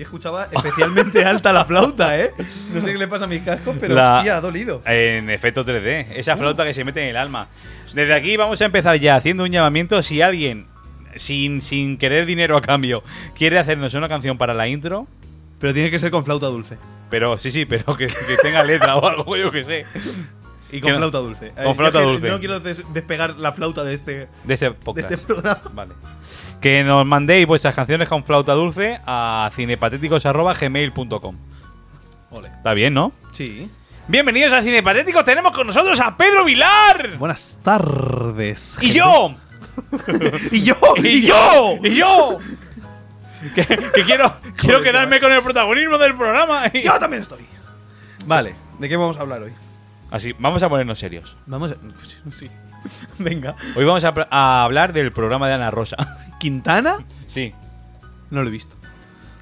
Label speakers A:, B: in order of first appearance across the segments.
A: escuchaba especialmente alta la flauta, ¿eh? No sé qué le pasa a mis cascos, pero
B: La-
A: hostia, ha dolido.
B: En efecto 3D, esa flauta que se mete en el alma. Desde aquí vamos a empezar ya haciendo un llamamiento. Si alguien, sin, sin querer dinero a cambio, quiere hacernos una canción para la intro,
A: Pero tiene que ser con flauta dulce.
B: pero sí, sí, pero que, que tenga letra o algo, yo que sé. Que
A: Y con
B: no-
A: flauta dulce.
B: con flauta
A: Es que
B: dulce.
A: No quiero des- despegar la flauta de este,
B: De ese
A: de
B: podcast.
A: este programa.
B: Vale. Que nos mandéis vuestras canciones con flauta dulce a cinepatéticos.gmail.com.
A: Ole.
B: Está bien, ¿no?
A: Sí.
B: Bienvenidos a Cinepatéticos. Tenemos con nosotros a Pedro Vilar.
A: Buenas tardes.
B: Y
A: gente.
B: yo.
A: Y yo.
B: y yo, y yo. que, que quiero, quiero
A: Joder,
B: quedarme con el protagonismo del programa. y-
A: Yo también estoy. Vale, ¿de qué vamos a hablar hoy?
B: Así, vamos a ponernos serios.
A: Vamos a. Sí. Venga.
B: Hoy vamos a, pr- a hablar del programa de Ana Rosa.
A: ¿Quintana?
B: sí.
A: No lo he visto.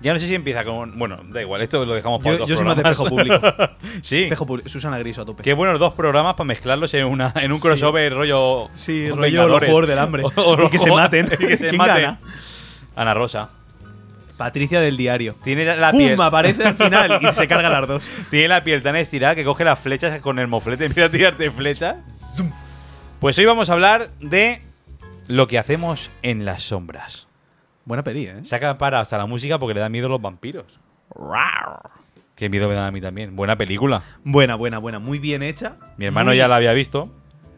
B: Ya no sé si empieza con. Bueno, da igual, esto lo dejamos para
A: Yo,
B: otros
A: yo soy más de
B: programas.
A: pejo público.
B: sí.
A: Pejo público. Susana Griso a tope.
B: Qué buenos dos programas para mezclarlos en, una, en un crossover rollo.
A: Sí, rollo los
B: Vengadores.
A: juegos del hambre.
B: O- o
A: Y
B: los
A: que se
B: juegos-
A: maten.
B: y que se
A: ¿Quién
B: maten.
A: gana?
B: Ana Rosa.
A: Patricia del diario.
B: Tiene la
A: ¡Pum!
B: piel.
A: Aparece al final y se carga las dos.
B: Tiene la piel tan estirada que coge las flechas con el moflete y empieza a tirarte flechas. Pues hoy vamos a hablar de lo que hacemos en las sombras.
A: Buena peli, ¿eh?
B: Saca para hasta la música porque le da miedo los vampiros. Qué miedo me dan a mí también. Buena película.
A: Buena, buena, buena. Muy bien hecha.
B: Mi hermano
A: Muy-
B: ya la había visto.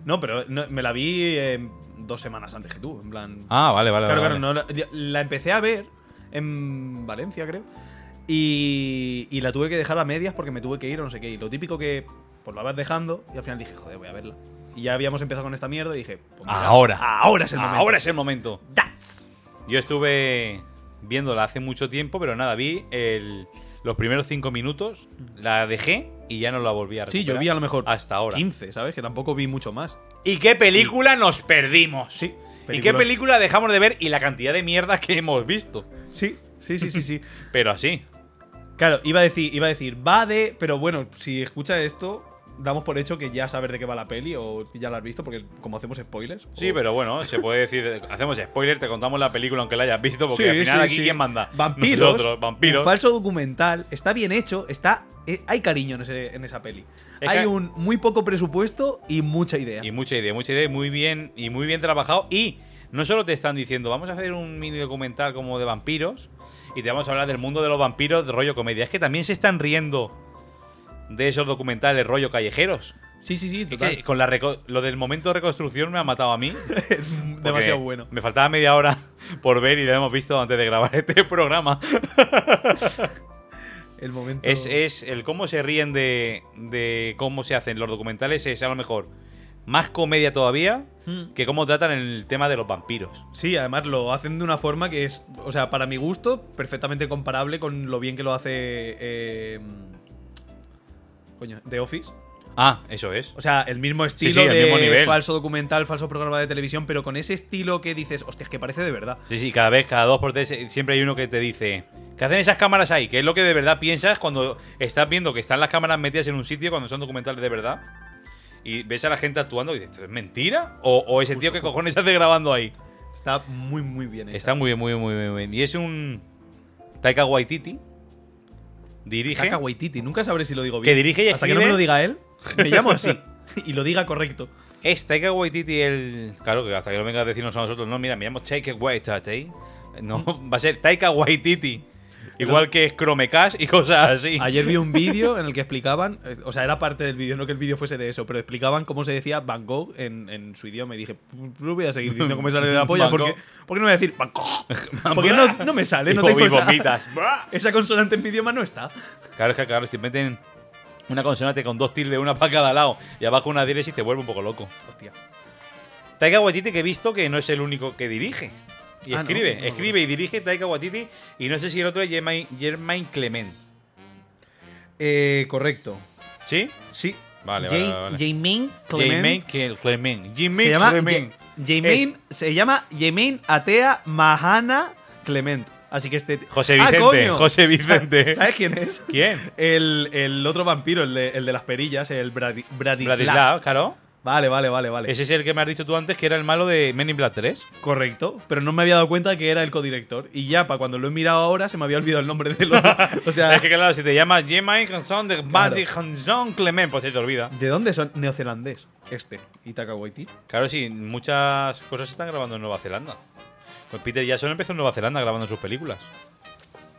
A: No, pero no- me la vi eh, dos semanas antes que tú. En plan.
B: Ah, vale, vale.
A: claro,
B: vale,
A: claro.
B: vale.
A: no, la, la empecé a ver en Valencia, creo. Y, y la tuve que dejar a medias porque me tuve que ir o no sé qué. Y lo típico que. Pues la vas dejando y al final dije, joder, voy a verla. Y ya habíamos empezado con esta mierda y dije, pues mira,
B: Ahora.
A: Ahora es el momento.
B: Ahora es el momento. Yo estuve viéndola hace mucho tiempo, pero nada, vi el- los primeros cinco minutos, la dejé y ya no la volví a
A: Sí,
B: recuperar.
A: yo vi a lo mejor
B: Hasta ahora.
A: 15, ¿sabes? Que tampoco vi mucho más.
B: ¿Y qué película nos perdimos?
A: Sí,
B: ¿Y qué
A: peliculón.
B: película dejamos de ver y la cantidad de mierda que hemos visto?
A: Sí, sí, sí, sí, sí.
B: Pero así.
A: Claro, iba a decir, iba a decir, va de. Pero bueno, si escucha esto, damos por hecho que ya sabes de qué va la peli o ya la has visto, porque como hacemos spoilers.
B: Sí,
A: o-
B: pero bueno, se puede decir, hacemos spoiler, te contamos la película aunque la hayas visto, porque
A: Sí,
B: al final
A: sí,
B: aquí
A: sí.
B: quién manda.
A: Vampiros.
B: Nosotros, vampiros.
A: Un falso documental. Está bien hecho, está. eh, hay cariño en, ese- en esa peli.
B: Es
A: hay
B: que-
A: un muy poco presupuesto y mucha idea.
B: Y mucha idea, mucha idea, y muy bien, y muy bien trabajado. Y no solo te están diciendo, vamos a hacer un mini documental como de vampiros, y te vamos a hablar del mundo de los vampiros de rollo comedia. Es que también se están riendo de esos documentales rollo callejeros.
A: Sí, sí, sí,
B: Es
A: total.
B: que con la reco- lo del momento de reconstrucción me ha matado a mí.
A: Es demasiado bueno.
B: Me faltaba media hora por ver y lo hemos visto antes de grabar este programa.
A: El momento.
B: Es, eh, es el cómo se ríen de, de cómo se hacen los documentales, es a lo mejor más comedia todavía
A: Mm.
B: que cómo tratan el tema de los vampiros.
A: Sí, además lo hacen de una forma que es, o sea, para mi gusto, perfectamente comparable con lo bien que lo hace. eh, coño, The Office.
B: Ah, eso es.
A: O sea, el mismo estilo
B: sí, el
A: de
B: mismo nivel.
A: falso documental, falso programa de televisión, pero con ese estilo que dices, hostia, es que parece de verdad.
B: Sí, sí, cada vez, cada dos por tres, eh, siempre hay uno que te dice, ¿qué hacen esas cámaras ahí? ¿Qué es lo que de verdad piensas cuando estás viendo que están las cámaras metidas en un sitio cuando son documentales de verdad? Y ves a la gente actuando y dices, ¿esto es mentira? ¿O, o ese tío que cojones hace grabando ahí?
A: Está muy, muy bien hecho.
B: Está muy bien, muy bien, muy bien, muy bien. Y es un Taika Waititi. Dirige.
A: Taka Waititi, nunca sabré si lo digo
B: Que
A: bien.
B: dirige y
A: Hasta que
B: escribe.
A: no me lo diga él, me llamo así y lo diga correcto.
B: Es Taika Waititi el. Claro, que hasta que lo venga a decirnos a nosotros, no, mira, me llamo Taika Waititi. No,
A: Mm.
B: va a ser Taika Waititi. Igual que es Chromecast y cosas así.
A: Ayer vi un vídeo en el que explicaban, eh, o sea, era parte del vídeo, no que el vídeo fuese de eso, pero explicaban cómo se decía Van Gogh en, en su idioma. Y dije, "Pu- no voy a seguir diciendo cómo me sale de la polla,
B: Van
A: porque,
B: Gogh.
A: porque no voy a decir Van Gogh. Porque no, no me sale, no
B: Y
A: tengo esa,
B: vomitas.
A: esa consonante en mi idioma, no está.
B: Claro, es que claro, si meten una consonante con dos tildes, una para cada lado, y abajo una diéresis, te vuelve un poco loco.
A: Hostia.
B: Taika Waititi que he visto que no es el único que dirige. Y
A: Ah, no,
B: escribe,
A: no, no.
B: escribe y dirige Taika Waititi y no sé si el otro es Jermaine, Jermaine Clement.
A: Eh, correcto.
B: ¿Sí?
A: Sí.
B: Vale, vale, vale, vale.
A: Jamin
B: Jermaine Cle- Clement. Jermaine
A: se llama
B: Clement.
A: Ja- Jemaine- se llama Jemaine Atea Mahana Clement. Así que este.
B: José
A: ¡Ah,
B: Vicente,
A: coño!
B: José Vicente.
A: ¿Sabes quién es?
B: ¿Quién?
A: El, el otro vampiro, el de, el de las perillas, el Bradi- Bradislav.
B: Bratislava, claro.
A: Vale, vale, vale, vale.
B: Ese es el que me has dicho tú antes, que era el malo de Men in Black 3.
A: Correcto, pero no me había dado cuenta que era el codirector. Y ya, para cuando lo he mirado ahora, se me había olvidado el nombre del otro. O sea,
B: es que claro, si te llamas Gemma Hanson de Buddy Hanson Clement, pues se te olvida.
A: ¿de dónde son neozelandés? Este, Itaka Waititi.
B: Claro, sí, muchas cosas se están grabando en Nueva Zelanda. Pues Peter Jackson empezó en Nueva Zelanda grabando sus películas.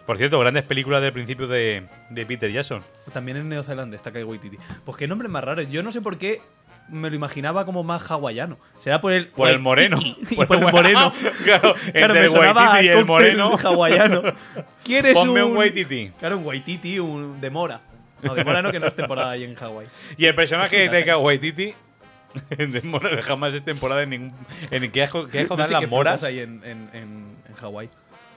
B: Por cierto, grandes películas del principio de, de Peter Jackson.
A: También es neozelandés, Taika Waititi. Pues qué nombre más raro. Yo no sé por qué me lo imaginaba como más hawaiano. Será por el.
B: Por el moreno.
A: Waititi y por el moreno.
B: claro,
A: Claro,
B: entre
A: me
B: el
A: sonaba
B: Waititi y
A: a
B: el
A: cóctel
B: moreno.
A: hawaiano. ¿Quieres
B: Ponme un Waititi.
A: Claro, un Waititi, un de mora. No, de mora no, que no es temporada ahí en Hawái.
B: Y el personaje de Taika Waititi de Mora jamás es temporada en ningún. En, ¿Qué asco, qué asco
A: No
B: dan
A: sé qué
B: las
A: frutas
B: moras?
A: hay en, en, en, en Hawái.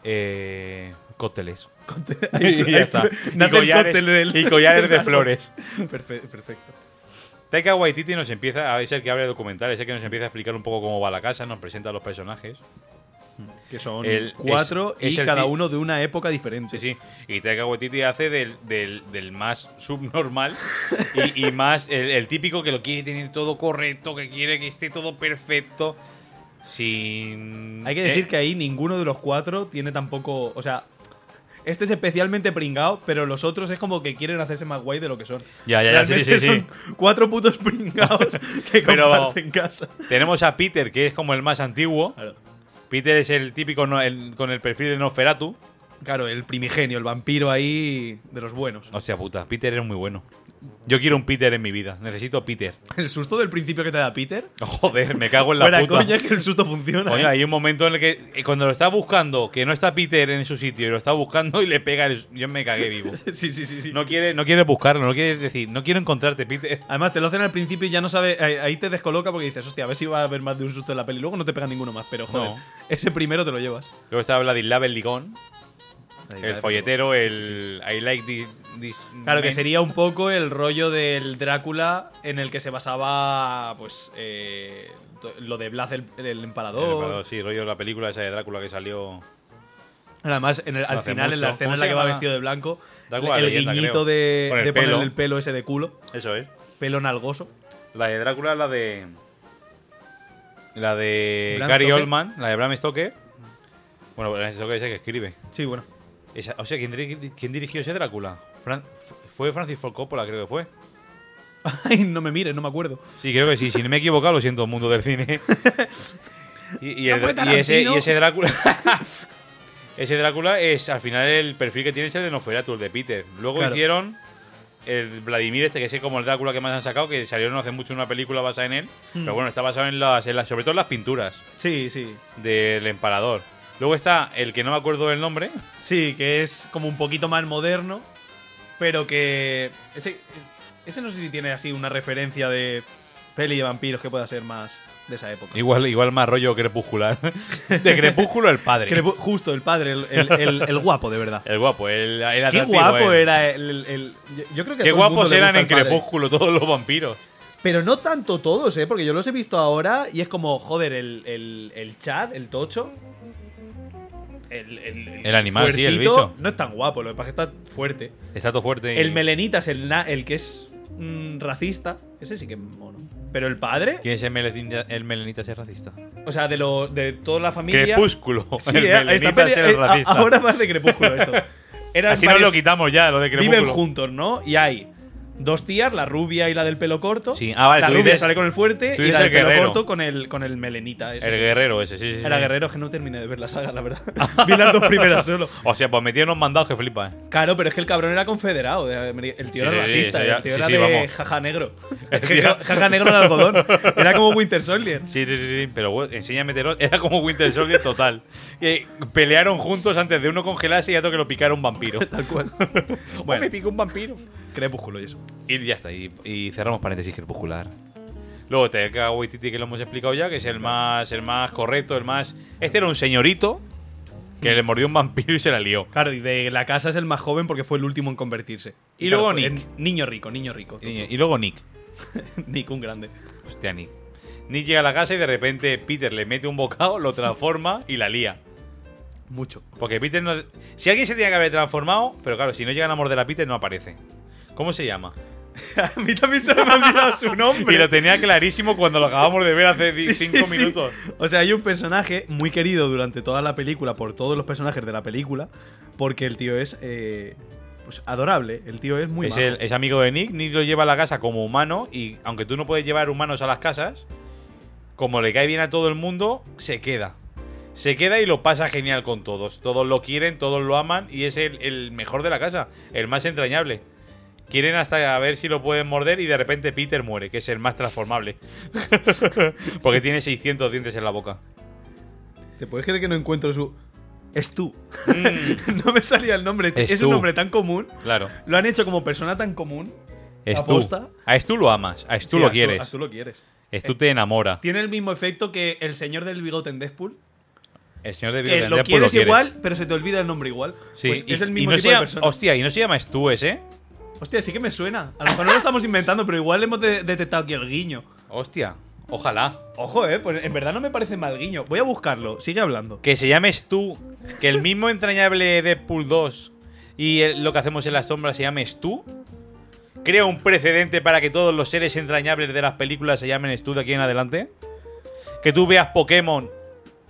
B: Eh, cócteles.
A: hay-
B: y ya está.
A: nace el
B: collares,
A: cóctel del-
B: y collares de
A: del
B: flores.
A: Perfecto. perfecto.
B: Taika Waititi nos empieza, a es el que abre el documental, es el que nos empieza a explicar un poco cómo va la casa, nos presenta a los personajes.
A: Que son
B: El- es-
A: cuatro
B: es
A: y
B: el
A: cada
B: ti-
A: uno de una época diferente.
B: Sí, sí. Y Taika Waititi hace del, del- del más subnormal y, y más el, el típico que lo quiere tener todo correcto, que quiere que esté todo perfecto. Sin.
A: Hay que decir
B: eh,
A: que ahí ninguno de los cuatro tiene tampoco. O sea, este es especialmente pringado, pero los otros es como que quieren hacerse más guay de lo que son.
B: Ya, ya, ya, sí, sí,
A: Realmente
B: sí.
A: Son cuatro putos pringados que
B: Pero-
A: comparten casa.
B: Tenemos a Peter, que es como el más antiguo.
A: Claro.
B: Peter es el típico no- el- con el perfil de Nosferatu.
A: Claro, el primigenio, el vampiro ahí de los buenos.
B: Hostia puta, Peter es muy bueno. Yo quiero un Peter en mi vida. Necesito Peter.
A: El susto del principio que te da Peter.
B: Joder, me cago en la
A: Fuera
B: puta.
A: coña que el susto funciona.
B: Coño,
A: ¿eh?
B: hay un momento en el que eh, cuando lo está buscando, que no está Peter en su sitio y lo está buscando y le pega el... Yo me cagué vivo.
A: Sí, sí, sí, sí.
B: No quiere, no quiere buscarlo, no quiere decir, no quiero encontrarte, Peter.
A: Además, te lo hacen al principio y ya no sabe. Ahí, ahí te descoloca porque dices, hostia, a ver si va a haber más de un susto en la peli. Luego no te pega ninguno más, pero joder.
B: No.
A: Ese primero te lo llevas.
B: Luego está Vladislav el Ligón, el folletero,
A: Sí, sí, sí.
B: el... I like thi- this...
A: Claro, que
B: man.
A: sería un poco el rollo del Drácula en el que se basaba, pues, eh, to- lo de Blas el, el
B: El
A: empalador.
B: Emperador, Sí, rollo la película esa de Drácula que salió...
A: Además, en el- al
B: Hace
A: final, en la
B: mucho.
A: escena
B: ¿Cómo
A: en
B: se
A: la que va
B: llama?
A: vestido de blanco,
B: Drácula
A: el
B: leyenda,
A: guiñito
B: creo.
A: de,
B: Con el
A: de ponerle
B: pelo.
A: el pelo ese de culo,
B: Eso es.
A: pelo nalgoso.
B: La de Drácula es la de... La de
A: Bram
B: Gary
A: Stoker.
B: Oldman, la de Bram Stoker. Bueno, Bram Stoker es el que escribe.
A: Sí, bueno.
B: Esa- o sea, ¿quién, diri- quién dirigió ese Drácula? Fran- f- fue Francis Ford Coppola, creo que fue.
A: Ay, no me mires, no me acuerdo.
B: Sí, creo que sí. Si no me he equivocado, lo siento, mundo del cine. Y, y
A: No
B: el-
A: fue
B: y
A: Tarantino.
B: ese, y ese Drácula... ese Drácula es, al final, el perfil que tiene es el de Nosferatu, el de Peter. Luego
A: Claro.
B: hicieron el Vladimir este, que es como el Drácula que más han sacado, que salió no hace mucho una película basada en él.
A: Hmm.
B: Pero bueno, está basado en las, en las- sobre todo en las pinturas
A: Sí, sí.
B: del empalador. Luego está el que no me acuerdo del nombre,
A: Sí, que es como un poquito más moderno, pero que. Ese, ese no sé si tiene así una referencia de peli de vampiros que pueda ser más de esa época.
B: Igual, igual más rollo crepuscular. De crepúsculo el padre.
A: Crepu- justo, el padre, el, el- el- el guapo, de verdad.
B: el guapo, el, el
A: Qué
B: atractivo,
A: guapo
B: eh.
A: era el. el- el- yo- yo creo que a
B: Qué
A: todo el mundo
B: guapos
A: le
B: eran
A: gusta
B: en
A: el padre.
B: crepúsculo todos los vampiros.
A: Pero no tanto todos, ¿eh? Porque yo los he visto ahora y es como, joder, el, el, el Chad, el Tocho. El, el- el
B: El animal, sí, el
A: fuertito,
B: bicho.
A: No es tan guapo, lo que pasa es que está fuerte.
B: Está todo fuerte.
A: El Melenitas, el, na- el que es mm, racista, ese sí que es mono. Pero el padre,
B: ¿Quién es el melenita, el melenita ese racista?
A: o sea, de, lo, de toda la familia.
B: Crepúsculo.
A: Sí,
B: el
A: eh, esta
B: melenita
A: peli-
B: es el
A: eh, a-
B: racista.
A: ahora más de crepúsculo esto. Eran
B: Así nos
A: varios-
B: lo quitamos ya, lo de crepúsculo.
A: viven juntos, ¿no? Y hay dos tías, la rubia y la del pelo corto.
B: Sí, ah, vale,
A: La
B: tú
A: rubia
B: dices-
A: sale con el fuerte
B: tú
A: y
B: dices
A: la del
B: el
A: pelo
B: guerrero.
A: corto con el, con el melenita. ese.
B: El guerrero ese, sí, sí. sí.
A: Era guerrero, que no terminé de ver la saga, la verdad. Vi las dos primeras solo.
B: O sea, pues metieron unos mandados que flipa, eh.
A: Claro, pero es que el cabrón era confederado. de Ameri- El
B: Sí,
A: tío era
B: sí, sí,
A: racista,
B: eso ya-
A: el tío
B: sí,
A: era
B: sí,
A: de
B: vamos.
A: jaja negro.
B: El
A: Que
B: tío-
A: ja- jaja negro en algodón. Era como Winter Soldier.
B: Sí, sí, sí, sí, pero bueno, enséñame Teros. Era como Winter Soldier total. Que pelearon juntos antes de uno congelarse y otro que lo picara un vampiro.
A: Tal cual.
B: Bueno.
A: me picó un vampiro. Crepúsculo y eso.
B: Y ya está, y, y cerramos paréntesis crepuscular. Luego te cae Waititi, que lo hemos explicado ya, que es el más, el más correcto, el más. Este era un señorito que le mordió un vampiro y se la lió.
A: Claro, y de la casa es el más joven porque fue el último en convertirse.
B: Y
A: claro,
B: luego
A: fue-
B: Nick.
A: en- Niño rico, niño rico.
B: Y, y luego Nick.
A: Nick, un grande.
B: Hostia, Nick. Nick llega a la casa y de repente Peter le mete un bocado, lo transforma y la lía.
A: Mucho.
B: Porque Peter no. Si alguien se tenía que haber transformado, pero claro, si no llegan a morder a Peter, no aparece. ¿Cómo se llama?
A: A mí también se me ha olvidado su nombre.
B: Y lo tenía clarísimo cuando lo acabamos de ver hace di-
A: Sí, sí,
B: cinco
A: sí.
B: minutos.
A: O sea, hay un personaje muy querido durante toda la película por todos los personajes de la película, porque el tío es eh, pues adorable, el tío es muy
B: Es,
A: majo.
B: el- es amigo de Nick, Nick lo lleva a la casa como humano y aunque tú no puedes llevar humanos a las casas, como le cae bien a todo el mundo, se queda. Se queda y lo pasa genial con todos. Todos lo quieren, todos lo aman y es el, el mejor de la casa, el más entrañable. Quieren hasta a ver si lo pueden morder y de repente Peter muere, que es el más transformable. Porque tiene 600 dientes en la boca.
A: ¿Te puedes creer que no encuentro su... Es tú.
B: Mm,
A: no me salía el nombre.
B: Es
A: Es,
B: tú.
A: un nombre tan común.
B: claro.
A: Lo han hecho como persona tan común.
B: Es tú.
A: Aposta.
B: A Stu lo amas, a Stu
A: Sí,
B: lo
A: haz
B: quieres.
A: haz tú lo quieres.
B: Stu te enamora.
A: Tiene el mismo efecto que el señor del bigote en Deadpool.
B: El señor de
A: Que
B: Biotender,
A: lo
B: pues,
A: quieres
B: quiere.
A: igual, pero se te olvida el nombre igual.
B: Sí,
A: Pues
B: y-
A: es el
B: y
A: mismo
B: no
A: tipo
B: se
A: de
B: llama-
A: persona.
B: Hostia, y no se llama ¿eh? Stu ese.
A: Hostia, sí que me suena. A lo mejor no lo estamos inventando, pero igual hemos de- detectado aquí el guiño.
B: Hostia, ojalá.
A: Ojo, eh, pues en verdad no me parece mal guiño. Voy a buscarlo, sigue hablando.
B: Que se llame Stu, que el mismo entrañable Deadpool 2 y el- lo que hacemos en las sombras se llame Stu. Crea un precedente para que todos los seres entrañables de las películas se llamen Stu de aquí en adelante. Que tú veas Pokémon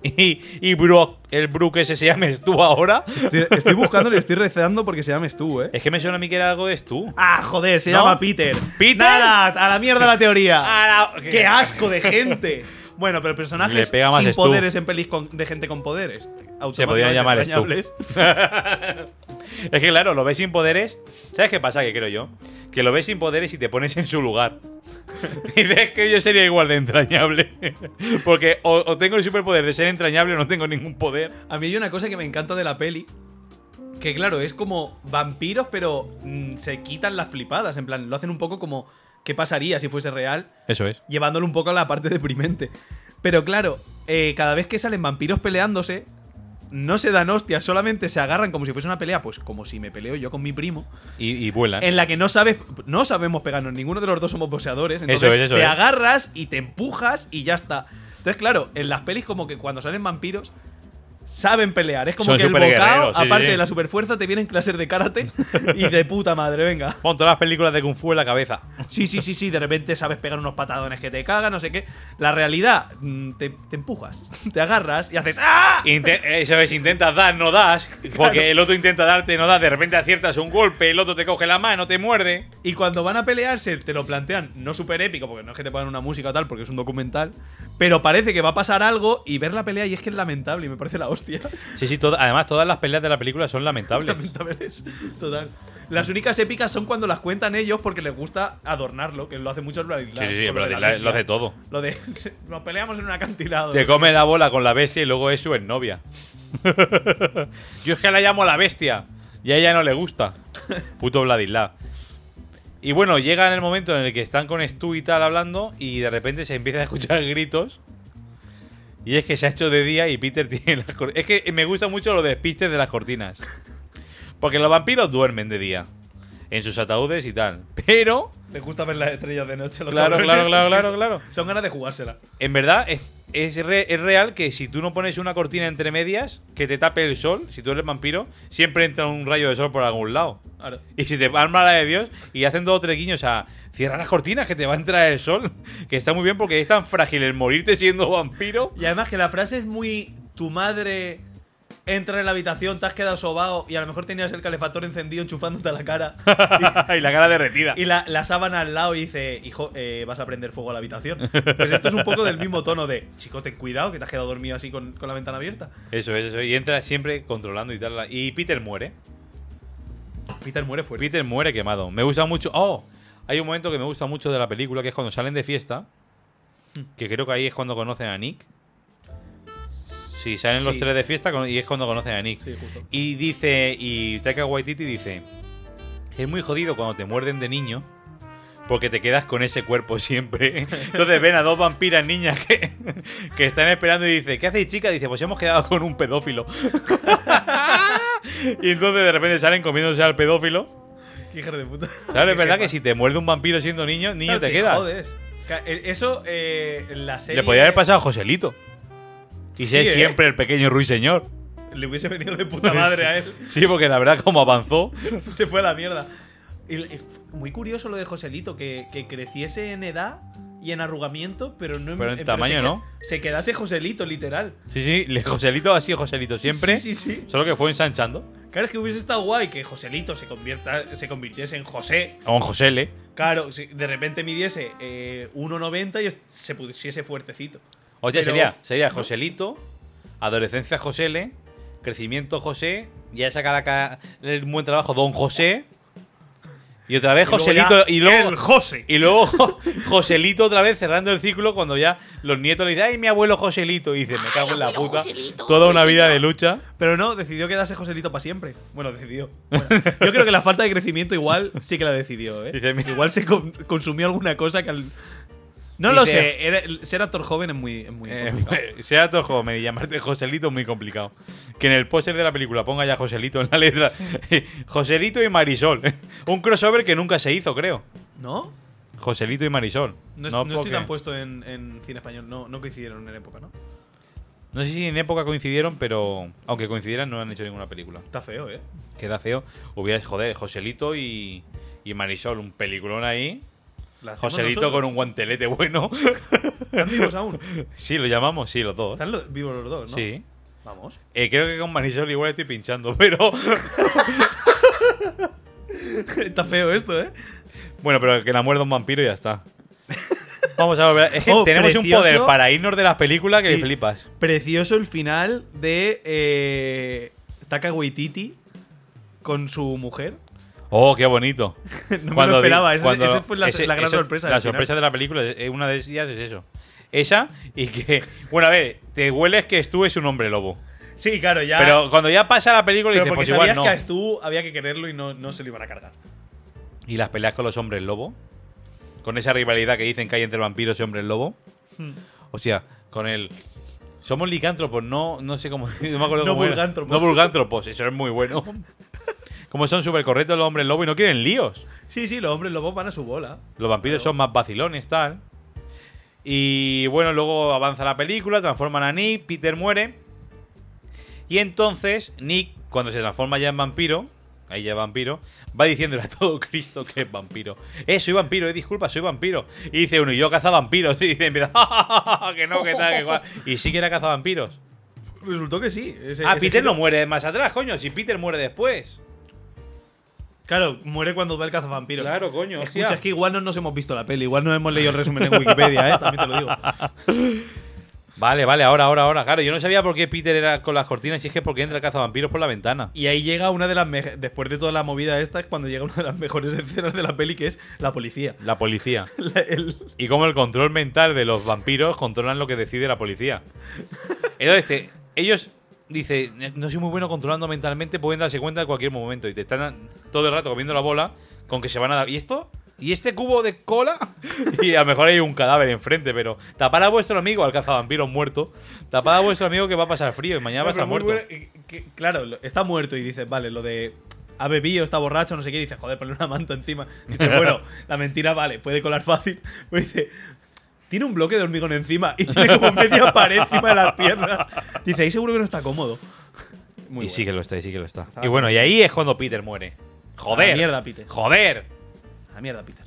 B: y, y Brock, el Brook ese se llame Stu ahora.
A: Estoy, estoy buscándolo y estoy rezando porque se llames tú, eh.
B: Es que me suena a mí que era algo de Stu.
A: Ah, joder, se
B: ¿No?
A: llama Peter.
B: ¿Peter?
A: Nada, a la mierda la teoría.
B: Ah, la-
A: ¡Qué asco de gente! Bueno, pero personajes
B: Le pega más
A: sin
B: Stu.
A: poderes en pelis con- de gente con poderes.
B: Se podrían llamar Stu.
A: extrañables.
B: Es que claro, lo ves sin poderes. ¿Sabes qué pasa? Que creo yo. Que lo ves sin poderes y te pones en su lugar. Dices que yo sería igual de entrañable. Porque o, o tengo el superpoder de ser entrañable o no tengo ningún poder.
A: A mí hay una cosa que me encanta de la peli. Que claro, es como vampiros, pero mm, se quitan las flipadas. En plan, lo hacen un poco como. ¿Qué pasaría si fuese real?
B: Eso es.
A: llevándolo un poco a la parte deprimente. Pero claro, eh, cada vez que salen vampiros peleándose, no se dan hostias, solamente se agarran como si fuese una pelea, pues como si me peleo yo con mi primo,
B: Y, y vuelan.
A: en la que no sabes, no sabes pegarnos, ninguno de los dos somos boxeadores, entonces
B: Eso es, eso
A: te
B: es.
A: agarras y te empujas y ya está. Entonces claro, en las pelis como que cuando salen vampiros saben pelear, es como
B: Son
A: que el bocado,
B: superguerreros, sí, sí,
A: aparte
B: sí.
A: de la superfuerza, te vienen clases de karate y de puta madre, venga.
B: Pon todas las películas de Kung Fu en la cabeza.
A: Sí, sí, sí, sí, de repente sabes pegar unos patadones que te cagan, no sé qué. La realidad, mm, te, te empujas, te agarras y haces ¡Ah!
B: Inte- eso es, intentas dar, no das. Porque el otro intenta darte, no das. De repente aciertas un golpe, el otro te coge la mano, te muerde.
A: Y cuando van a pelearse, te lo plantean, no súper épico, porque no es que te pongan una música o tal, porque es un documental, pero parece que va a pasar algo y ver la pelea y es que es lamentable y me parece la hostia.
B: Sí, sí, toda- además todas las peleas de la película son lamentables.
A: Lamentable es, total. Las únicas épicas son cuando las cuentan ellos porque les gusta adornarlo, que lo hace mucho el Brad Pitt,
B: Sí, sí, sí,
A: con lo
B: pero
A: de la
B: lo hace
A: bestia.
B: todo.
A: Lo de, nos peleamos en un acantilado.
B: Te come la bola con la bestia y luego es su exnovia. Yo es que la llamo la bestia. Y a ella no le gusta. Puto Vladislav. Y bueno, llega en el momento en el que están con Stu y tal hablando y de repente se empiezan a escuchar gritos. Y es que se ha hecho de día y Peter tiene las cortinas. Es que me gusta mucho los despistes de las cortinas. Porque los vampiros duermen de día. En sus ataúdes y tal. Pero,
A: Les gusta ver las estrellas de noche. los
B: Claro,
A: cabrones.
B: claro, claro, claro, claro.
A: Son ganas de jugársela.
B: en verdad es, es, re- es real que si tú no pones una cortina entre medias que te tape el sol, si tú eres vampiro, siempre entra un rayo de sol por algún lado.
A: Ahora,
B: Y si te van mala de Dios y hacen dos o tres guiños a cierra las cortinas que te va a entrar el sol, que está muy bien porque es tan frágil el morirte siendo vampiro.
A: Y además que la frase es muy. Tu madre entra en la habitación, te has quedado sobao y a lo mejor tenías el calefactor encendido enchufándote a la cara
B: y la cara derretida.
A: y la, la sábana al lado y dice, hijo, eh, vas a prender fuego a la habitación. Pues esto es un poco del mismo tono de, chico, ten cuidado que te has quedado dormido así con, con la ventana abierta.
B: Eso es, eso es. Y entra siempre controlando y tal. Y Peter muere.
A: Peter muere fuerte.
B: Peter muere quemado. Me gusta mucho. ¡Oh! Hay un momento que me gusta mucho de la película, que es cuando salen de fiesta.
A: Hmm.
B: Que creo que ahí es cuando conocen a Nick. Sí, salen los
A: Sí.
B: tres de fiesta con- y es cuando conocen a Nick.
A: Sí, justo.
B: Y dice. Y Taika Waititi dice. Es muy jodido cuando te muerden de niño. Porque te quedas con ese cuerpo siempre. Entonces ven a dos vampiras niñas que, que están esperando y dice, ¿qué hacéis chica? Dice, pues hemos quedado con un pedófilo. y entonces de repente salen comiéndose al pedófilo.
A: Qué hija de puta.
B: Claro, es
A: Qué
B: verdad
A: jefa.
B: que si te muerde un vampiro siendo niño, niño
A: Claro,
B: te queda.
A: jodes. Ca- eh, Eso, eh, en la serie.
B: Le podía haber pasado a Joselito. Y
A: Sí,
B: ser
A: ¿eh?
B: siempre el pequeño ruiseñor.
A: Le hubiese venido de puta madre a él.
B: Sí, porque la verdad, como avanzó.
A: Se fue a la mierda. Y- y f- Muy curioso lo de Joselito, que, que creciese en edad y en arrugamiento, pero no
B: Pero en
A: se
B: tamaño,
A: que-
B: ¿no?
A: Se quedase Joselito, literal.
B: Sí, sí, le- Joselito ha sido Joselito siempre.
A: Sí, sí, sí.
B: Solo que fue ensanchando.
A: Claro, es que hubiese estado guay que Joselito se, convierta, se convirtiese en José.
B: O en Josele.
A: Claro, si de repente midiese eh, 1,90 y es- se pusiese fuertecito.
B: O sea,
A: Pero-
B: sería, sería Joselito, adolescencia Josele, crecimiento José, ya sacará acá el buen trabajo Don José. Y otra vez
A: Y luego
B: Joselito.
A: ya,
B: Y luego,
A: El José.
B: y luego Joselito otra vez cerrando el círculo cuando ya los nietos le dicen, ¡ay, mi abuelo Joselito! Y dice, me cago en la puta. Toda una vida de lucha.
A: Pero no, decidió quedarse Joselito para siempre. Bueno, decidió. Bueno, yo creo que la falta de crecimiento igual sí que la decidió, ¿eh?
B: Dice, "Mira".
A: igual se con- consumió alguna cosa que al... No lo
B: Dice-
A: sé, era- el- ser actor joven es muy, es muy complicado.
B: Eh, sea tu joven y llamarte Joselito es muy complicado. Que en el póster de la película ponga ya Joselito en la letra. Joselito y Marisol. Un crossover que nunca se hizo, creo.
A: ¿No?
B: Joselito y Marisol.
A: No, es- no
B: porque-
A: estoy tan puesto en, en cine español, no, no coincidieron en época, ¿no?
B: no sé si en época coincidieron, pero aunque coincidieran no han hecho ninguna película.
A: Está feo, ¿eh?
B: Queda feo. Hubiera, joder, Joselito y, y Marisol, un peliculón ahí.
A: La hacemos
B: Joselito
A: nosotros.
B: con un guantelete bueno.
A: ¿Están vivos aún?
B: sí, lo llamamos, sí, los dos.
A: Están lo- vivos los dos, ¿no?
B: Sí.
A: Vamos.
B: Eh, creo que con Marisol igual estoy pinchando, pero...
A: Está feo esto, ¿eh?
B: Bueno, pero que la muerda un vampiro y ya está. Vamos a ver. Es que
A: Oh,
B: tenemos
A: precioso.
B: un poder para irnos de las películas que
A: Sí.
B: me flipas.
A: Precioso el final de eh, Taka Waititi con su mujer.
B: Oh, qué bonito.
A: No me
B: Cuando
A: lo
B: di-
A: esperaba, esa,
B: cuando-
A: esa fue la,
B: ese-
A: la gran
B: eso-
A: sorpresa.
B: La
A: del final.
B: sorpresa de la película, eh, una de ellas es eso. Esa y que. Bueno, a ver, te hueles que Stu es un hombre lobo.
A: Sí, claro, ya.
B: Pero cuando ya pasa la película,
A: pero
B: dices,
A: porque
B: pues
A: sabías
B: igual no.
A: que a Stu había que quererlo y no, no se lo iban a cargar.
B: Y las peleas con los hombres lobo. Con esa rivalidad que dicen que hay entre vampiros y hombres lobo.
A: Hmm.
B: O sea, con el. Somos licántropos, no, no sé cómo. No me acuerdo
A: No
B: cómo era.
A: vulgántropos.
B: No vulgántropos, eso es muy bueno. Como son súper correctos los hombres lobo y no quieren líos.
A: Sí, sí, los hombres lobos van a su bola.
B: Los vampiros son más vacilones, tal. Y bueno, luego avanza la película, transforman a Nick, Peter muere. Y entonces Nick, cuando se transforma ya en vampiro, ahí ya es vampiro, va diciéndole a todo Cristo que es vampiro. Eh, soy vampiro, eh, disculpa, soy vampiro. Y dice uno, y yo caza vampiros. Y dice, empieza, "Ja, ja, ja, ja, que no, que tal, que cual. Y sí que era caza vampiros.
A: Resultó que sí. ese-
B: Ah,
A: ese
B: Peter
A: giro-
B: no muere más atrás, coño, si Peter muere después.
A: Claro, muere cuando va el cazavampiro.
B: Claro, coño,
A: Escucha,
B: hostia.
A: es que igual no nos hemos visto la peli, igual no hemos leído el resumen en Wikipedia, ¿eh? También te lo digo.
B: Vale, vale, ahora, ahora, ahora. Claro, yo no sabía por qué Peter era con las cortinas y es que porque entra el cazavampiros por la ventana.
A: Y ahí llega una de las mejores. Después de toda la movida esta, es cuando llega una de las mejores escenas de la peli, que es la policía.
B: La policía.
A: La- el-
B: Y cómo el control mental de los vampiros controlan lo que decide la policía. Entonces, te- ellos dicen, no soy muy bueno controlando mentalmente, pueden darse cuenta en cualquier momento. Y te están todo el rato comiendo la bola con que se van a dar. ¿Y esto? ¿Y este cubo de cola? Y a lo mejor hay un cadáver enfrente, pero tapad a vuestro amigo al cazavampiros muerto. Tapad a vuestro amigo que va a pasar frío y mañana va a
A: Pero
B: estar
A: muy
B: muerto.
A: buena- eh, que- claro, lo- está muerto y dices, vale, lo de ha bebido, está borracho, no sé qué, y dices, joder, ponle una manta encima. Dices, bueno, la mentira, vale, puede colar fácil. Pero dice, tiene un bloque de hormigón encima y tiene como media pared encima de las piernas. Dice, ahí seguro que no está cómodo. Muy
B: y sí que lo está, y sí que lo está.
A: Está
B: y bueno, y ahí es cuando Peter muere. Joder.
A: A la mierda, Peter.
B: Joder.
A: La mierda, Peter.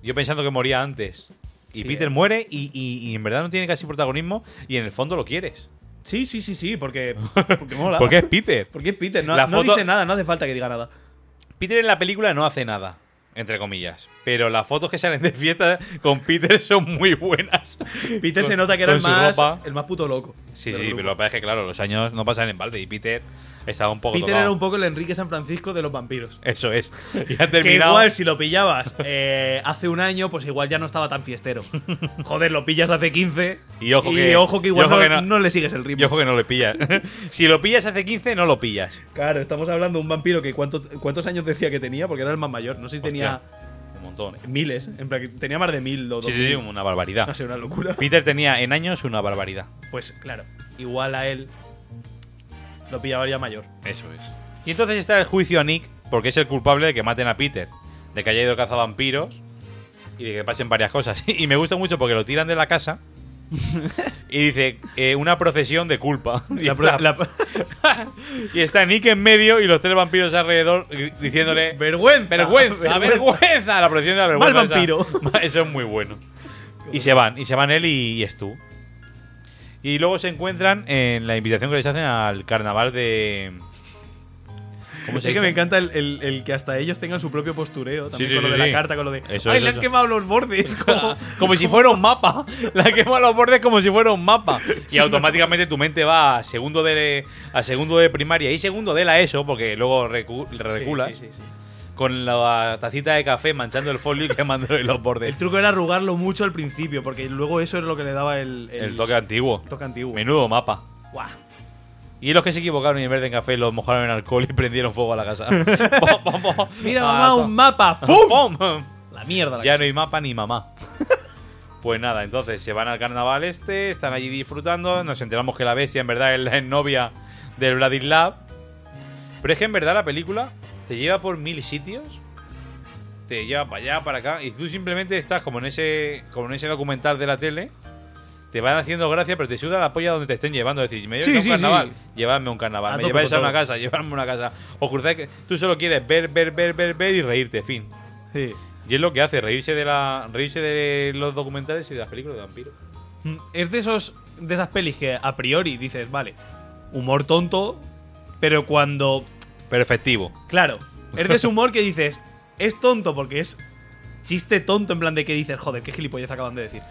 B: Yo pensando que moría antes. Y
A: Sí,
B: Peter
A: eh.
B: muere y, y- y en verdad no tiene casi protagonismo y en el fondo lo quieres.
A: Sí, sí, sí, sí, porque, porque mola.
B: Porque es Peter.
A: Porque es Peter, no,
B: La
A: no
B: foto-
A: dice nada, no hace falta que diga nada.
B: Peter en la película no hace nada, entre comillas. Pero las fotos que salen de fiesta con Peter son muy buenas.
A: Peter se
B: Con-
A: nota que era
B: con
A: el
B: su
A: más,
B: ropa.
A: el más puto loco.
B: Sí,
A: del
B: sí,
A: grupo.
B: pero lo que pasa es que, claro, los años no pasan en balde y Peter estaba un poco
A: Peter
B: tocado.
A: era un poco el Enrique San Francisco de los vampiros.
B: Eso es. Y ha
A: Que
B: terminado.
A: igual si lo pillabas eh, hace un año, pues igual ya no estaba tan fiestero. Joder, lo pillas hace 15
B: Y ojo que-
A: ojo que
B: y
A: igual
B: ojo
A: no,
B: que no-
A: no le sigues el ritmo.
B: Y ojo que no le pillas. si lo pillas hace 15, no lo pillas.
A: Claro, estamos hablando de un vampiro que cuánto- cuántos años decía que tenía, porque era el más mayor. No sé si tenía
B: Hostia, un montón. ¿eh?
A: miles, en plan, que tenía más de mil o dos.
B: Sí, sí, sí, una barbaridad.
A: No sé, una locura.
B: Peter tenía en años una barbaridad.
A: Pues claro, igual a él lo pillaba ya mayor.
B: Eso es. Y entonces está el juicio a Nick, porque es el culpable de que maten a Peter, de que haya ido a cazavampiros y de que pasen varias cosas. Y me gusta mucho porque lo tiran de la casa Y dice, eh, una procesión de culpa. Y,
A: La pro-
B: está,
A: la-
B: y está Nick en medio y los tres vampiros alrededor gri- diciéndole,
A: vergüenza.
B: vergüenza, vergüenza. La procesión de la
A: Mal
B: vergüenza. esa.
A: vampiro.
B: Eso es muy bueno. Y se van, y se van él y, y Stu. Y luego se encuentran en la invitación que les hacen al carnaval de... ¿Cómo
A: Es
B: se
A: que
B: dice?
A: me encanta el, el- el que hasta ellos tengan su propio postureo. También
B: Sí, sí,
A: con lo
B: sí,
A: de la
B: sí.
A: carta, con lo de.
B: Eso,
A: ¡Ay,
B: eso,
A: le han
B: eso.
A: quemado los bordes! Como,
B: Ah, Como si fuera un mapa. La quema los bordes como si fuera un mapa. Y automáticamente tu mente va a segundo de, a segundo de primaria y segundo de la ESO, porque luego recu- reculas
A: Sí, sí, sí, sí.
B: con la tacita de café manchando el folio y quemándole los bordes.
A: El truco era arrugarlo mucho al principio, porque luego eso es lo que le daba el,
B: El, toque antiguo.
A: toque antiguo.
B: Menudo mapa.
A: Guau.
B: Y los que se equivocaron y en vez de en café los mojaron en alcohol y prendieron fuego a la casa. Pom, pom, pom.
A: Mira,
B: Ah,
A: mamá,
B: to-
A: un mapa. ¡Fum!
B: ¡Pum!
A: La mierda. La
B: Ya no hay mapa ni mamá. Pues nada, entonces se van al carnaval este, están allí disfrutando, nos enteramos que la bestia en verdad es la novia del Vladislav. Pero es que en verdad la película te lleva por mil sitios, te lleva para allá, para acá, y tú simplemente estás como en ese, como en ese documental de la tele, te van haciendo gracia, pero te suda la polla donde te estén llevando. Es decir, me lleváis
A: Sí,
B: a un
A: sí,
B: carnaval,
A: sí.
B: llevadme a un carnaval,
A: A
B: me
A: tope
B: lleváis
A: con
B: a una
A: todo.
B: casa, llevadme a una casa. Os cruzáis que tú solo quieres ver, ver, ver, ver, ver y reírte, fin.
A: Sí.
B: Y es lo que hace, reírse de la reírse de los documentales y de las películas de vampiros.
A: Mm, Es de esos de esas pelis que a priori dices, vale, humor tonto, pero cuando,
B: Pero efectivo.
A: claro, es de ese humor que dices, es tonto porque es chiste tonto en plan de que dices, joder, qué gilipollas acaban de decir.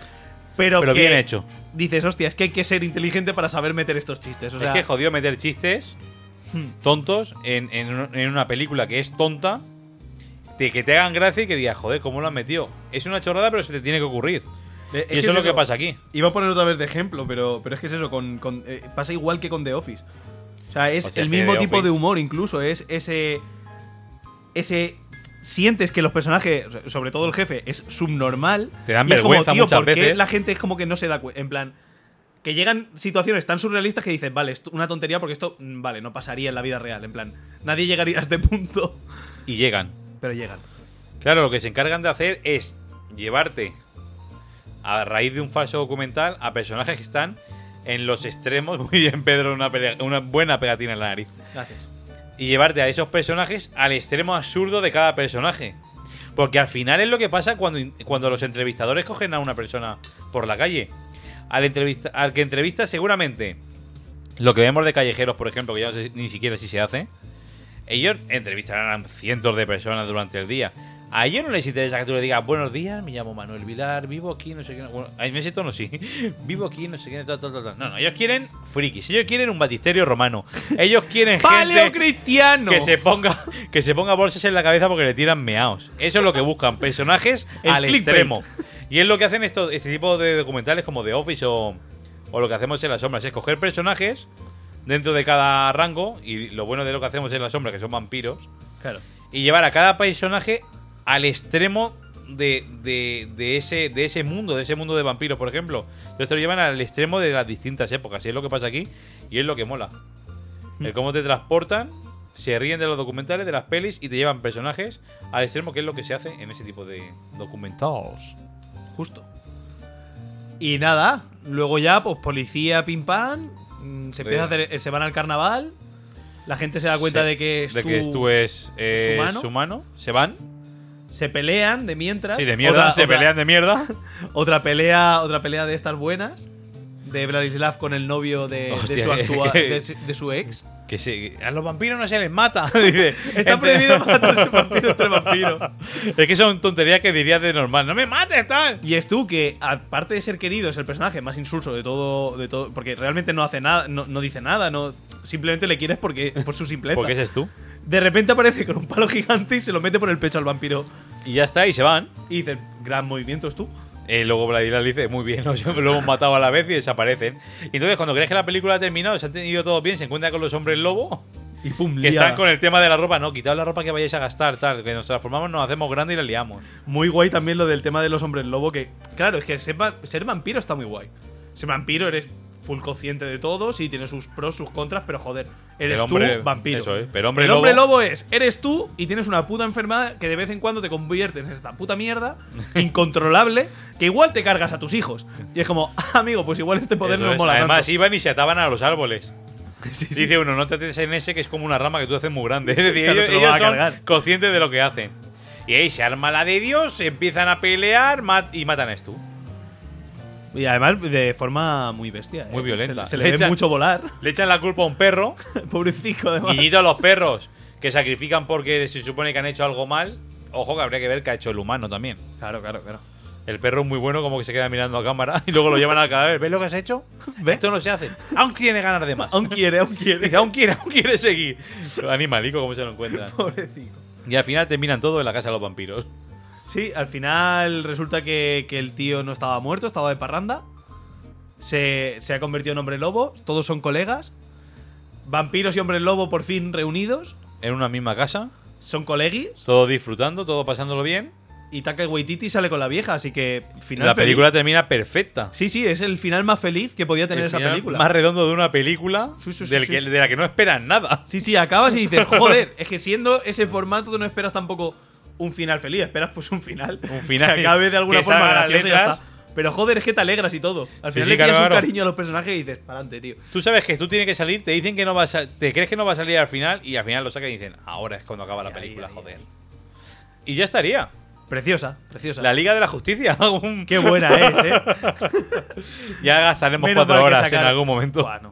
A: Pero,
B: Pero
A: que
B: bien hecho.
A: Dices, hostia, es que hay que ser inteligente para saber meter estos chistes. O sea,
B: es que jodió meter chistes
A: hmm,
B: tontos en, en un- en una película que es tonta, de que te hagan gracia y que digas, joder, ¿cómo lo han metido? Es una chorrada, pero se te tiene que ocurrir.
A: eh,
B: y eso es lo que pasa aquí.
A: Iba a poner otra vez de ejemplo, pero, pero es que es eso, con, con- eh, pasa igual que con The Office. O sea, es
B: O sea,
A: el
B: que
A: mismo
B: The
A: tipo de
B: Office-
A: humor incluso, es ese... Ese... Sientes que los personajes, sobre todo el jefe, es subnormal.
B: Te dan
A: y es
B: vergüenza
A: como, tío,
B: muchas
A: ¿por qué
B: veces?
A: la gente es como que no se da cuenta? En plan, que llegan situaciones tan surrealistas que dices, vale, es una tontería porque esto, mm, vale, no pasaría en la vida real. En plan, nadie llegaría a este punto,
B: Y llegan.
A: pero llegan.
B: Claro, lo que se encargan de hacer es llevarte a raíz de un falso documental a personajes que están en los extremos. Muy bien, Pedro, una, pelea- una buena pegatina en la nariz.
A: Gracias.
B: y llevarte a esos personajes al extremo absurdo de cada personaje. Porque al final es lo que pasa cuando, cuando los entrevistadores cogen a una persona por la calle. Al, entrevista, al que entrevista seguramente, lo que vemos de callejeros, por ejemplo, que ya no sé ni siquiera si se hace, ellos entrevistarán a cientos de personas durante el día. A ellos no les interesa que tú le digas, buenos días, me llamo Manuel Vilar, vivo aquí, no sé qué. Bueno, a ese tono sí. Vivo aquí, no sé qué. tal, tal, tal, tal. No, no, ellos quieren frikis, ellos quieren un batisterio romano. Ellos quieren
A: ¡Paleo
B: gente
A: cristiano!
B: que se ponga que se ponga bolsas en la cabeza porque le tiran meaos. Eso es lo que buscan, personajes
A: El
B: al
A: clickbait.
B: extremo. Y es lo que hacen estos, este tipo de documentales como The Office o, o lo que hacemos en las sombras, es coger personajes dentro de cada rango y lo bueno de lo que hacemos en las sombras, que son vampiros,
A: Claro.
B: y llevar a cada personaje al extremo de, de- de ese, de ese mundo, de ese mundo de vampiros, por ejemplo. Entonces te lo llevan al extremo de las distintas épocas, y es lo que pasa aquí, y es lo que mola. El cómo te transportan, se ríen de los documentales, de las pelis, y te llevan personajes al extremo, que es lo que se hace en ese tipo de documentales.
A: Justo. Y nada, luego ya, pues policía, pim pam, mm, se, empieza a hacer- eh, se van al carnaval, la gente se da cuenta
B: Se-
A: de que Stu-
B: De que Stu es eh,
A: ¿es humano?
B: humano. Se van.
A: se pelean de mientras.
B: Sí, de mierda.
A: Otra-
B: se
A: otra-
B: pelean de mierda.
A: Otra pelea, otra pelea de estas buenas, de Vladislav con el novio de, de
B: Hostia,
A: su, actua-
B: que-
A: de, su- de su ex.
B: Que se- a los vampiros no se les mata. Dice,
A: Está
B: entre-
A: prohibido matarse vampiro entre vampiros.
B: Es que son tonterías que dirías de normal. ¡No me mates, tal!
A: Y es tú que, aparte de ser querido, es el personaje más insulso de todo. De todo porque realmente no hace nada, no, no dice nada, no simplemente le quieres porque, por su simpleza.
B: Porque ese es tú.
A: De repente aparece con un palo gigante y se lo mete por el pecho al vampiro.
B: Y ya está, y se van.
A: Y dice, gran movimiento es tú.
B: Eh, luego Vladislav dice, muy bien, los- lo hemos matado a la vez y desaparecen. Y entonces cuando crees que la película ha terminado, se han tenido todo bien, se encuentra con los hombres lobo,
A: Y pum,
B: que
A: lía.
B: están con el tema de la ropa, no, quitad la ropa que vayáis a gastar, tal, que nos transformamos, nos hacemos grandes y la liamos.
A: Muy guay también lo del tema de los hombres lobo, que claro, es que ser, va- ser vampiro está muy guay. Ser vampiro eres full consciente de todos y tiene sus pros, sus contras, pero joder, eres
B: El hombre-
A: tú, vampiro.
B: eso es, pero hombre
A: el hombre
B: lobo-
A: lobo es, eres tú y tienes una puta enfermedad que de vez en cuando te conviertes en esta puta mierda incontrolable que igual te cargas a tus hijos. Y es como, "Ah, amigo, pues igual este poder
B: Eso
A: no
B: es.
A: mola
B: Además,
A: tanto".
B: iban y se ataban a los árboles.
A: Sí, sí.
B: Dice uno, no te ates en ese que es como una rama que tú haces muy grande. Es decir,
A: Claro,
B: ellos,
A: te lo vas
B: ellos
A: a
B: son
A: cargar.
B: conscientes de lo que hacen. Y ahí se arma la de Dios, se empiezan a pelear mat- y matan a Stu.
A: Y además de forma muy bestia. ¿eh?
B: Muy violenta.
A: Se, se
B: Le
A: le ve
B: echan-
A: mucho volar.
B: Le echan la culpa a un perro.
A: Pobrecito, además.
B: Guiñito a los perros que sacrifican porque se supone que han hecho algo mal. Ojo que habría que ver qué ha hecho el humano también.
A: Claro, claro, claro.
B: El perro es muy bueno, como que se queda mirando a cámara y luego lo llevan al cadáver. ¿Ves lo que has hecho?
A: ¿Ves?
B: Esto no se hace. Aún tiene ganas de más.
A: Aún quiere, aún quiere.
B: Dice, aún quiere, aún quiere seguir. Animalico, como se lo encuentran.
A: Pobrecito.
B: Y al final terminan todo en la casa de los vampiros.
A: Sí, al final resulta que, que el tío no estaba muerto, estaba de parranda. Se, se ha convertido en hombre lobo, todos son colegas. Vampiros y hombre lobo por fin reunidos,
B: En una misma casa,
A: son coleguis.
B: todos disfrutando, todos pasándolo bien.
A: Y Taka Waititi sale con la vieja, así que final.
B: la
A: feliz.
B: película termina perfecta.
A: Sí, sí, es el final más feliz que podía tener
B: El
A: esa
B: final
A: película.
B: Más redondo de una película
A: Sí, sí, sí,
B: del
A: sí.
B: que- de la que no esperan nada.
A: Sí, sí, acabas y dices, joder, es que siendo ese formato tú no esperas tampoco un final feliz, esperas pues un final.
B: Un final
A: Que acabe de alguna
B: que
A: forma
B: salgan las
A: gracioso y ya
B: letras.
A: está. Pero joder, es que te alegras y todo. Al
B: Sí,
A: final
B: sí,
A: le pillas
B: claro,
A: un
B: claro.
A: cariño a los personajes y dices, pa'lante, tío.
B: Tú sabes que tú tienes que salir, te dicen que no vas a, te crees que no va a salir al final y al final lo sacan y dicen, ahora es cuando acaba la
A: Ahí,
B: película,
A: ahí,
B: joder.
A: ahí.
B: Y ya estaría.
A: Preciosa, preciosa.
B: La Liga de la Justicia. Un-
A: Qué buena es, eh.
B: Ya gastaremos
A: Menos mal
B: cuatro
A: que
B: horas en
A: sacaron-
B: algún momento.
A: Buah, no.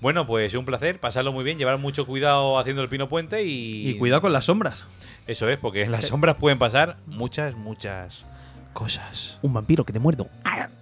B: Bueno, pues un placer, pasarlo muy bien, llevar mucho cuidado haciendo el pino puente y,
A: Y cuidado con las sombras.
B: Eso es, porque en las sombras pueden pasar muchas, muchas cosas.
A: Un vampiro que te muerdo.